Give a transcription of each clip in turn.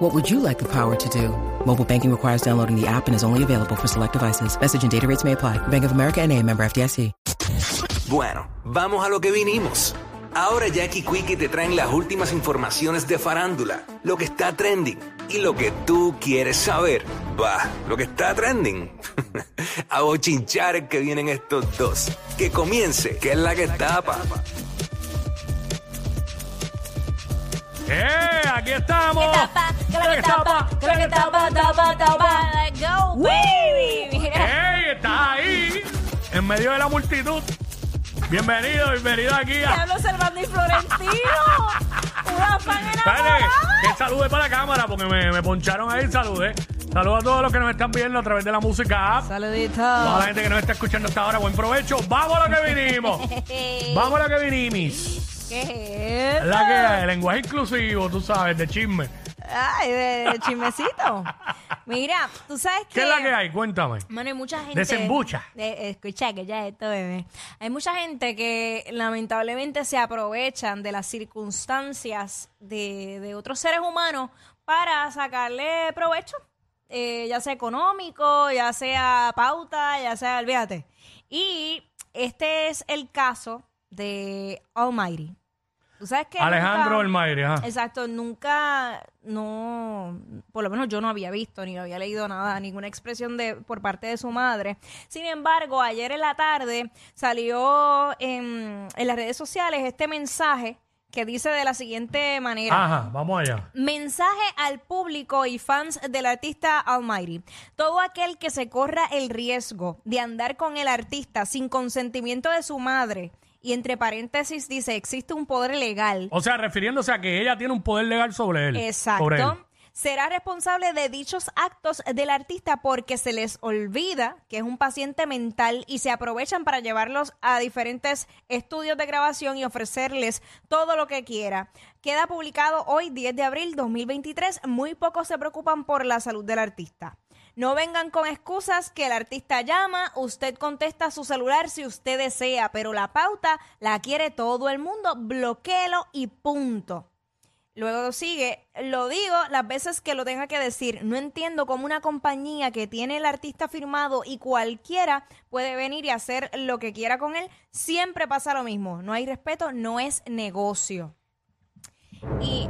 What would you like the power to do? Mobile banking requires downloading the app and is only available for select devices. Message and data rates may apply. Bank of America and a member FDIC. Bueno, vamos a lo que vinimos. Ahora Jackie Quickie te traen las últimas informaciones de farándula, lo que está trending y lo que tú quieres saber. Va, lo que está trending. a bochinchar que vienen estos dos. Que comience, que es la que tapa. ¡Eh! ¡Aquí estamos! tapa, claro que tapa, claro que tapa, tapa, tapa. Let's go, baby. Mira, ¡Ey! ¡Estás ahí! En medio de la multitud. Bienvenido, bienvenido aquí a. Diablo Servando y Florentino. Una fan Dale, enamorada. que salude para la cámara porque me, me poncharon ahí. Salude. Saludos a todos los que nos están viendo a través de la música app. Toda la Saludito. gente que nos está escuchando hasta ahora, buen provecho. ¡Vamos a lo que vinimos! ¡Vamos a lo que vinimis! ¿Qué es Es La que hay, lenguaje inclusivo, tú sabes, de chisme. Ay, de chismecito. Mira, tú sabes que... ¿Qué es la que hay? Cuéntame. Bueno, hay mucha gente... Desembucha. Eh, escucha, que ya esto, bebé. Hay mucha gente que lamentablemente se aprovechan de las circunstancias de, de otros seres humanos para sacarle provecho, eh, ya sea económico, ya sea pauta, ya sea, olvídate. Y este es el caso de Almighty. ¿Tú sabes que Alejandro nunca- El Mayri, ajá. Exacto, nunca, no, por lo menos yo no había visto ni había leído nada, ninguna expresión de por parte de su madre. Sin embargo, ayer en la tarde salió en, en las redes sociales este mensaje que dice de la siguiente manera. Ajá, vamos allá. Mensaje al público y fans del artista Almighty. Todo aquel que se corra el riesgo de andar con el artista sin consentimiento de su madre, y entre paréntesis dice, existe un poder legal O sea, refiriéndose a que ella tiene un poder legal sobre él. Sobre él. Exacto. Será responsable de dichos actos del artista porque se les olvida que es un paciente mental y se aprovechan para llevarlos a diferentes estudios de grabación y ofrecerles todo lo que quiera. Queda publicado hoy, 10 de abril 2023. Muy pocos se preocupan por la salud del artista. No vengan con excusas que el artista llama, usted contesta a su celular si usted desea, pero la pauta la quiere todo el mundo, bloquéelo y punto. Luego sigue, lo digo las veces que lo tenga que decir. No entiendo cómo una compañía que tiene el artista firmado y cualquiera puede venir y hacer lo que quiera con él, siempre pasa lo mismo. No hay respeto, no es negocio. Y.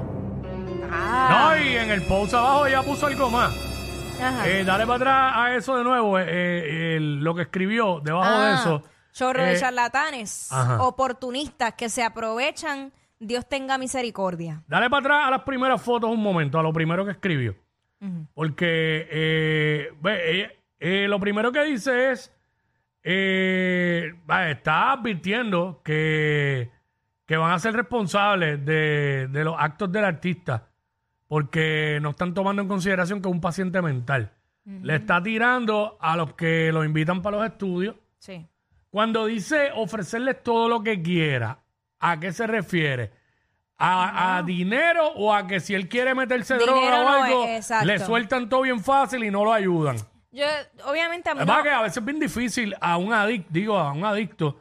Ah, Ah. No, y en el post abajo ella puso algo más. ajá. Eh, dale para atrás a eso de nuevo, eh, eh, el- lo que escribió debajo de Ah, eso. Chorro Eh, de charlatanes, ajá. oportunistas que se aprovechan. Dios tenga misericordia. Dale para atrás a las primeras fotos un momento, a lo primero que escribió. Ujú. Porque eh, ve, ella- eh, lo primero que dice es, eh, va, está advirtiendo que, que van a ser responsables de, de los actos del artista, porque no están tomando en consideración que es un paciente mental. Le está tirando a los que lo invitan para los estudios. Sí. Cuando dice ofrecerles todo lo que quiera, ¿a qué se refiere? ¿A, a dinero o a que si él quiere meterse Dinero droga o no algo, es, exacto. le sueltan todo bien fácil y no lo ayudan? Yo, obviamente, a mí Es no- más que a veces es bien difícil a un adicto, digo, a un adicto,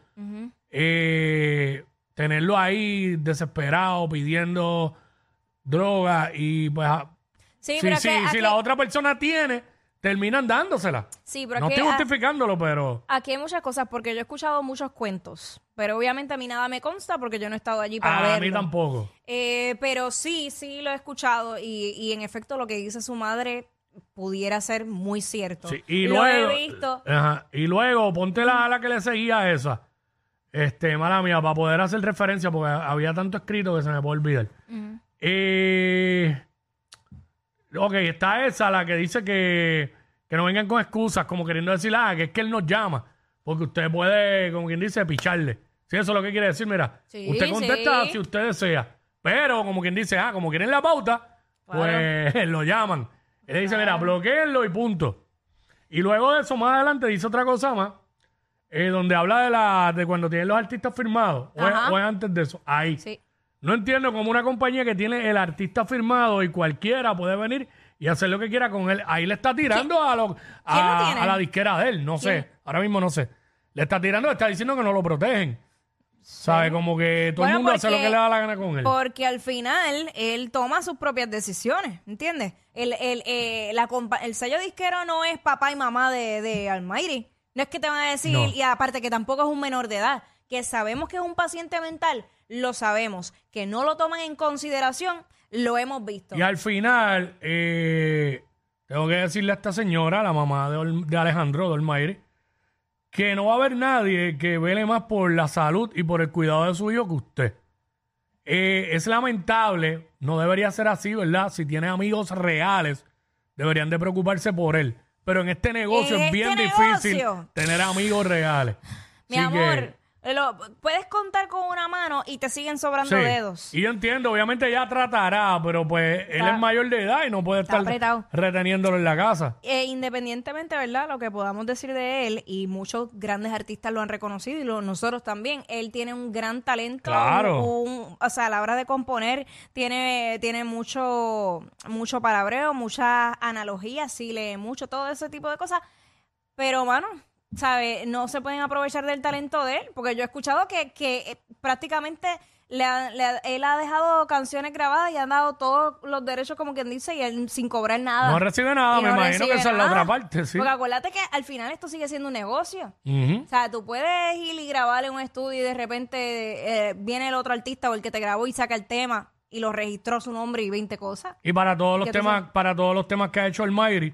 eh, tenerlo ahí desesperado, pidiendo droga y pues... a- Sí, si, pero si- que si aquí- la otra persona tiene, terminan dándosela. Sí, pero no que estoy a- justificándolo, pero... Aquí hay muchas cosas porque yo he escuchado muchos cuentos, pero obviamente a mí nada me consta porque yo no he estado allí para Ah, A verlo. mí tampoco. Eh, pero sí, sí lo he escuchado y, y en efecto lo que dice su madre pudiera ser muy cierto. Sí, y lo luego, he visto. Ajá, y luego, ponte la ala que le seguía a esa. Este, mala mía, para poder hacer referencia, porque había tanto escrito que se me puede olvidar. Eh, ok, está esa, la que dice que, que no vengan con excusas, como queriendo decir, ah, que es que él nos llama, porque usted puede, como quien dice, picharle. Si eso es lo que quiere decir, mira, Sí, usted contesta sí. si usted desea. Pero, como quien dice, ah, como quieren la pauta, pues lo llaman. Él le dice, mira, bloqueenlo y punto. Y luego de eso, más adelante, dice otra cosa más. eh, donde habla de la de cuando tienen los artistas firmados, o es, Ajá. o es antes de eso, ahí. Sí. No entiendo cómo una compañía que tiene el artista firmado y cualquiera puede venir y hacer lo que quiera con él, ahí le está tirando a, lo- lo a, tiene? a la disquera de él, no sé, ahora mismo no sé. Le está tirando, le está diciendo que no lo protegen. ¿Sabe? Como que todo Bueno, el mundo hace lo porque- que le da la gana con él. Porque al final él toma sus propias decisiones, ¿entiendes? El, el, eh, la compa- el sello disquero no es papá y mamá de, de Almighty. No es que te van a decir, No. y aparte que tampoco es un menor de edad, que sabemos que es un paciente mental, lo sabemos, que no lo toman en consideración, lo hemos visto. Y al final, eh, tengo que decirle a esta señora, la mamá de, Ol- de Alejandro Dolmaire, que no va a haber nadie que vele más por la salud y por el cuidado de su hijo que usted. Eh, es lamentable, no debería ser así, ¿verdad? Si tiene amigos reales, deberían de preocuparse por él. Pero en este negocio En es bien este difícil negocio. tener amigos reales. Mi Así que- amor, lo- puedes contar con una mano y te siguen sobrando Sí. dedos. Y yo entiendo, obviamente ella tratará, pero pues él Está- es mayor de edad y no puede está estar apretado. reteniéndolo en la casa. Eh, independientemente, ¿verdad? Lo que podamos decir de él, y muchos grandes artistas lo han reconocido y lo- nosotros también, él tiene un gran talento. Claro. un- un- o sea, a la hora de componer, tiene, tiene mucho, mucho palabreo, muchas analogías, sí lee mucho, todo ese tipo de cosas. Pero, mano, ¿sabes? No se pueden aprovechar del talento de él, porque yo he escuchado que, que eh, prácticamente le ha- le ha- él ha dejado canciones grabadas y han dado todos los derechos, como quien dice, y él sin cobrar nada. No recibe nada, Y me no imagino que recibe esa es la nada. otra parte, sí. Porque acuérdate que al final esto sigue siendo un negocio. Ujú. O sea, tú puedes ir y grabar en un estudio y de repente eh, viene el otro artista o el que te grabó y saca el tema y lo registró su nombre y 20 cosas. Y para todos los ¿Qué tú temas, para todos los temas que ha hecho el Mayri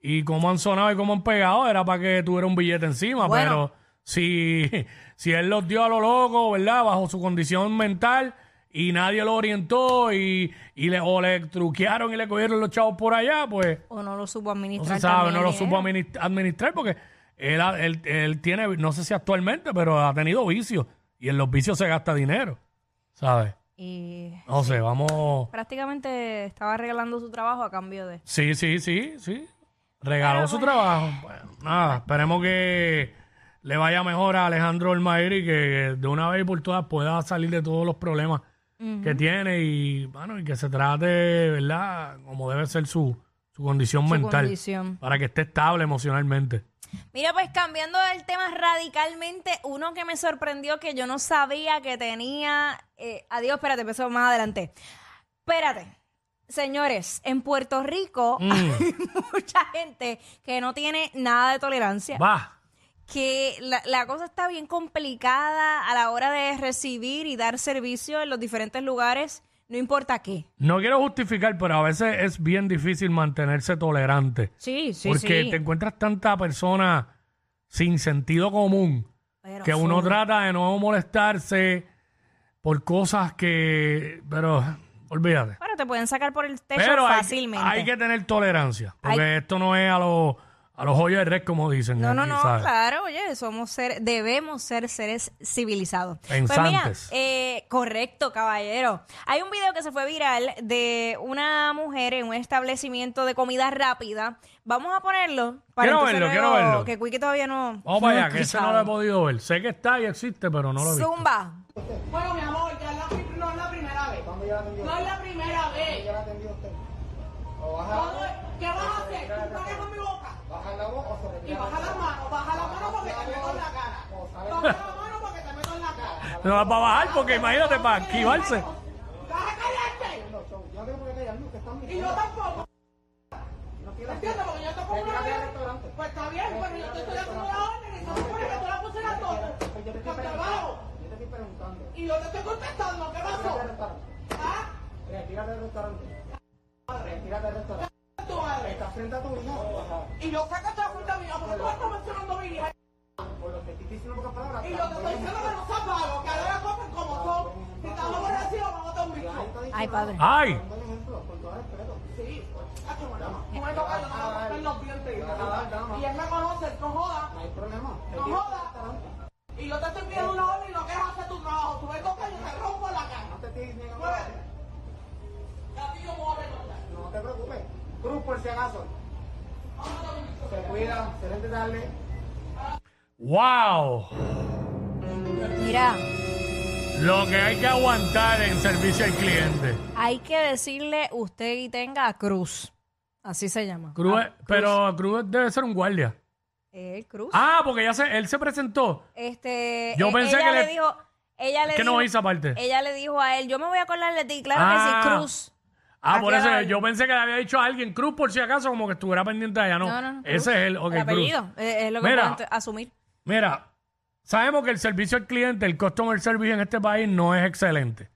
y cómo han sonado y cómo han pegado, era para que tuviera un billete encima, Bueno. pero si, si él los dio a lo loco, ¿verdad? Bajo su condición mental y nadie lo orientó y, y le, o le truquearon y le cogieron los chavos por allá, pues O no lo supo no administrar. se sabe, también no el lo supo dinero. administ- administrar porque él, ha- él, él tiene, no sé si actualmente, pero ha tenido vicios y en los vicios se gasta dinero, ¿sabes? Y No sé, vamos... prácticamente estaba arreglando su trabajo a cambio de... Sí, sí, sí, sí. Regaló su trabajo. Bueno, nada, esperemos que le vaya mejor a Alejandro Olmair y que de una vez por todas pueda salir de todos los problemas que tiene y, bueno, y que se trate, ¿verdad? Como debe ser su, su condición mental. condición. Para que esté estable emocionalmente. Mira, pues cambiando el tema radicalmente, uno que me sorprendió que yo no sabía que tenía. eh, adiós, espérate, empezó más adelante. Espérate. Señores, en Puerto Rico Mm. hay mucha gente que no tiene nada de tolerancia. Va. Que la, la cosa está bien complicada a la hora de recibir y dar servicio en los diferentes lugares, no importa qué. No quiero justificar, pero a veces es bien difícil mantenerse tolerante. Sí, sí, porque te encuentras tanta persona sin sentido común. que uno trata de no molestarse por cosas que. Pero, olvídate. Bueno, te pueden sacar por el techo Pero hay, fácilmente. hay que tener tolerancia. Porque Hay- esto no es a los a los hoyos de res, como dicen. No, no, aquí, no, ¿sabes? claro, oye, somos seres, debemos ser seres civilizados. Pensantes. Pues mira, eh, correcto, caballero. Hay un video que se fue viral de una mujer en un establecimiento de comida rápida. Vamos a ponerlo. Quiero entonces verlo, quiero luego- verlo. Que Quickie todavía no. Vamos para no lo allá, que ese no escuchaba. lo he podido ver. Sé que está y existe, pero no lo he visto. Zumba. Bueno, mi amor, ya es la pri- no es la primera vez. No es la primera vez. Todo- ¿Qué vas a hacer? Tú paras con mi boca. Y baja las manos, baja la mano porque te meto en la cara. Baja la mano porque te meto en la cara. No va para bajar, porque imagínate, para esquivarse. ¿Vas a callarte? Y yo tampoco. ¿Entiendes? Porque yo te pongo una orden. Pues está bien, pero yo te estoy haciendo la orden y pues, tú supone que tú la puse la torre. Por abajo. Y yo te estoy contestando, ¿qué pasó? ¿Ah? Retírate del restaurante. Retírate del restaurante. Tu madre. Está frente a tu hija. Y yo sé que está frente a mi hija, porque tú me estás mencionando a mi hija. Por lo que te estoy diciendo pocas palabras. Y yo te estoy diciendo que no seas malo, que ahora comen como son. Si estás aborrecido, vamos a un bicho. Ay, padre. ¡Ay! Sí, hacho, bueno, tú me tocas, yo no me voy a tocar los dientes. Y él me conoce, no joda. No hay problema. No joda. Y yo te estoy pidiendo una hora y no quieres hacer tu trabajo. Tú me tocas y te rompo la cara. No te estoy diciendo nada. A ti yo me voy a recordar. No te preocupes. Cruz por si acaso. Se cuida. Excelente tarde. ¡Wow! Mira, Lo que hay que aguantar en servicio al cliente. hay que decirle usted y tenga a Cruz. Así se llama. Cruz, Ah, pero Cruz debe ser un guardia. El Cruz. Ah, porque ya se, él se presentó. Este, Yo eh, pensé ella que le, le- dijo, ella le que dijo, no hizo aparte. Ella le dijo a él, yo me voy a acordar de ti, claro Ah. que sí, Cruz. Ah, por Aquí eso era- yo pensé que le había dicho a alguien Cruz por si acaso, como que estuviera pendiente de ella. No, No, no, no, ese es él. ok, el Cruz. apellido, eh, es lo que Mira. puedo ent- asumir. Mira, sabemos que el servicio al cliente, el customer service en este país no es excelente.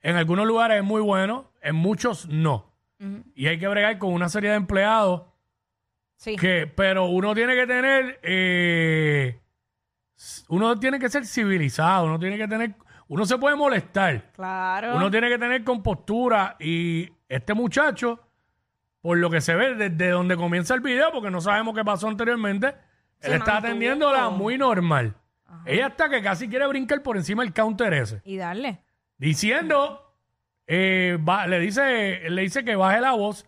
En algunos lugares es muy bueno, en muchos no. Y hay que bregar con una serie de empleados Sí. que, pero uno tiene que tener, eh, uno tiene que ser civilizado, uno tiene que tener, uno se puede molestar. Claro. Uno tiene que tener compostura y este muchacho, por lo que se ve desde donde comienza el video, porque no sabemos qué pasó anteriormente, él está mantuvo. atendiéndola muy normal. Ella está que casi quiere brincar por encima del counter ese, Y darle. diciendo, eh, va- le dice, le dice que baje la voz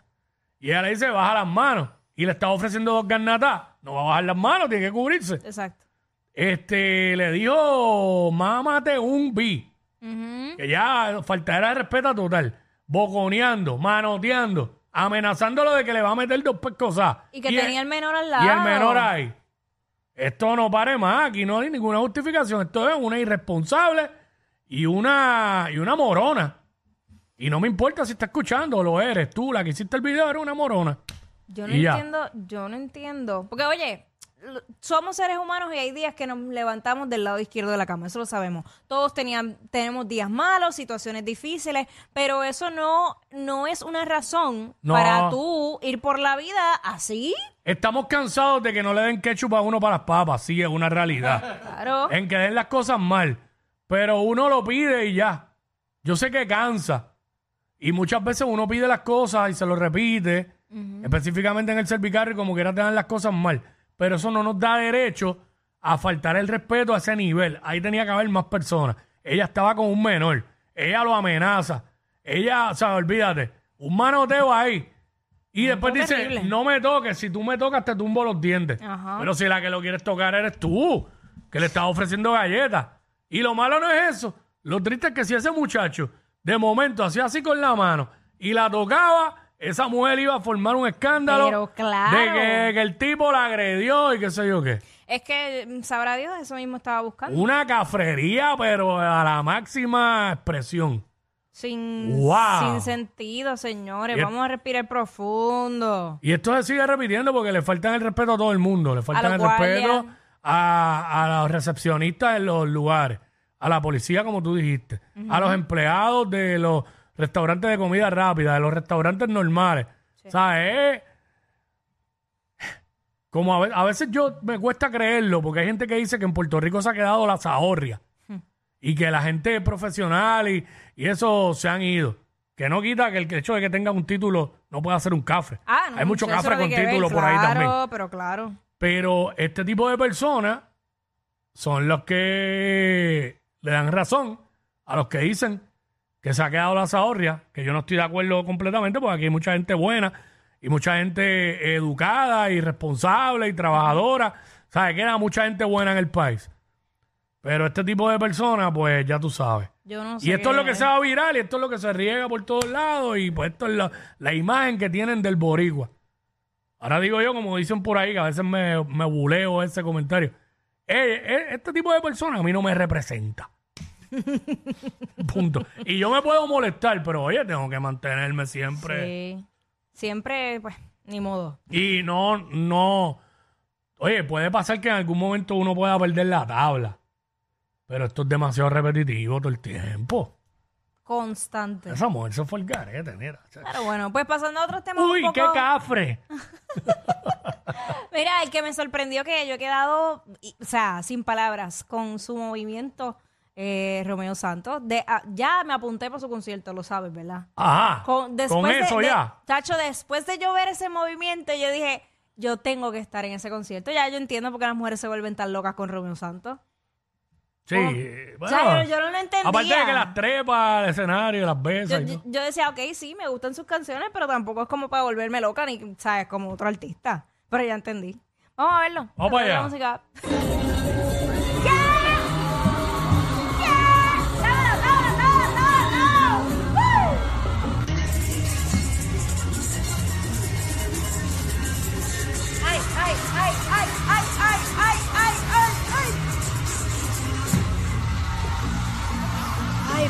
y ella le dice baja las manos y le está ofreciendo dos garnatas, no va a bajar las manos, tiene que cubrirse. Exacto. Este le dijo, mámate un bi. Ujú. Que ya faltadera de respeto total. Boconeando, manoteando, amenazándolo de que le va a meter dos pescosas. Y que tenía el menor al lado. y el menor ahí. Esto no pare más, aquí no hay ninguna justificación. Esto es una irresponsable y una, y una morona. Y no me importa si está escuchando o lo eres. Tú, la que hiciste el video, eres una morona. Yo no Y ya. entiendo, yo no entiendo. Porque, oye, l- somos seres humanos y hay días que nos levantamos del lado izquierdo de la cama, eso lo sabemos. Todos tenían, tenemos días malos, situaciones difíciles, pero eso no, no es una razón No. para tú ir por la vida así. Estamos cansados de que no le den ketchup a uno para las papas. Sí, es una realidad. Claro. en que den las cosas mal. Pero uno lo pide y ya. Yo sé que cansa. Y muchas veces uno pide las cosas y se lo repite. Específicamente en el servicarro y como quiera te dan las cosas mal. Pero eso no nos da derecho a faltar el respeto a ese nivel. Ahí tenía que haber más personas. Ella estaba con un menor. Ella lo amenaza. Ella, o sea, olvídate. Un manoteo ahí. Y después dice, terrible. no me toques. Si tú me tocas, te tumbo los dientes. Ajá. Pero si la que lo quieres tocar eres tú, que le estás ofreciendo galletas. Y lo malo no es eso. Lo triste es que si ese muchacho de momento hacía así con la mano y la tocaba, esa mujer iba a formar un escándalo Pero claro. de que, que el tipo la agredió y qué sé yo qué. Es que, mm, sabrá Dios, eso mismo estaba buscando. Una cafrería, pero a la máxima expresión. Sin, Wow. sin sentido, señores. Y- Vamos a respirar profundo. Y esto se sigue repitiendo porque le faltan el respeto a todo el mundo. Le faltan los el guardias. respeto a, a los recepcionistas en los lugares, a la policía, como tú dijiste, a los empleados de los restaurantes de comida rápida, de los restaurantes normales. O sea, es- Como a, ve- a veces yo me cuesta creerlo porque hay gente que dice que en Puerto Rico se ha quedado la zahorria Hmm. y que la gente profesional y, y eso se han ido. Que no quita que el hecho de que tenga un título no pueda ser un cafre. Ah, no, Hay mucho eso cafre lo con que ver, título por ahí también. Claro, pero claro. Pero este tipo de personas son los que le dan razón a los que dicen que se ha quedado la zahorria, que yo no estoy de acuerdo completamente, porque aquí hay mucha gente buena y mucha gente educada y responsable y trabajadora. O sea, que queda mucha gente buena en el país. Pero este tipo de personas, pues ya tú sabes. Yo no sé. Y esto es lo qué- que se va viral, y esto es lo que se riega por todos lados, y pues esto es la, la imagen que tienen del boricua. Ahora digo yo, como dicen por ahí, que a veces me, me buleo ese comentario. Eh, eh, este tipo de personas a mí no me representa. Punto. Y yo me puedo molestar, pero oye, tengo que mantenerme siempre. Sí. Siempre, pues, ni modo. Y no, no. Oye, puede pasar que en algún momento uno pueda perder la tabla. Pero esto es demasiado repetitivo todo el tiempo. Constante. Esa mujer se fue el garete, mira. Pero bueno, pues pasando a otros temas. Uy, un poco- qué cafre. Mira, el que me sorprendió que yo he quedado, y- o sea, sin palabras, con su movimiento, eh, Romeo Santos. De, ah, ya me apunté para su concierto, lo sabes, ¿verdad? Ajá. Con, Con, después de- eso de- ya. Tacho, después de yo ver ese movimiento, yo dije, yo tengo que estar en ese concierto. Ya yo entiendo por qué las mujeres se vuelven tan locas con Romeo Santos. Sí. eh, O Bueno, sea, yo, yo no lo entendía. aparte de que las trepas, el escenario, las yo, besas. y yo- todo. yo decía, ok, sí, me gustan sus canciones, pero tampoco es como para volverme loca, ni, ¿sabes? Como otro artista. Pero ya entendí. Vamos a verlo. Vamos para La allá. música.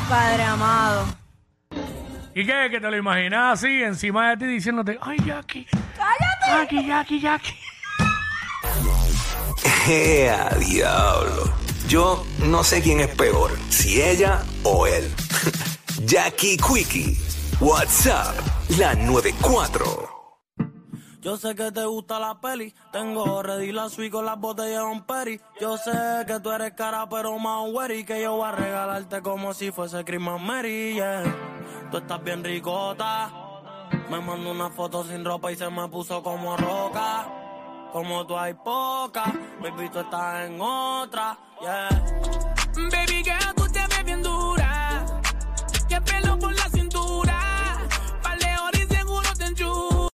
padre amado. ¿Y qué? Que te lo imaginas así, encima de ti, diciéndote, ay, Jackie, ¡Cállate! Jackie, Jackie, Jackie. ¡Ea, Eh, diablo! Yo no sé quién es peor, si ella o él. Jackie Quickie, WhatsApp, la 94. Yo sé que te gusta la peli, tengo ready la sui con las botellas un peri. Yo sé que tú eres cara pero más wery, que yo voy a regalarte como si fuese Christmas Mary, yeah. Tú estás bien ricota, me mandó una foto sin ropa y se me puso como roca. Como tú hay poca, baby tú estás en otra, yeah.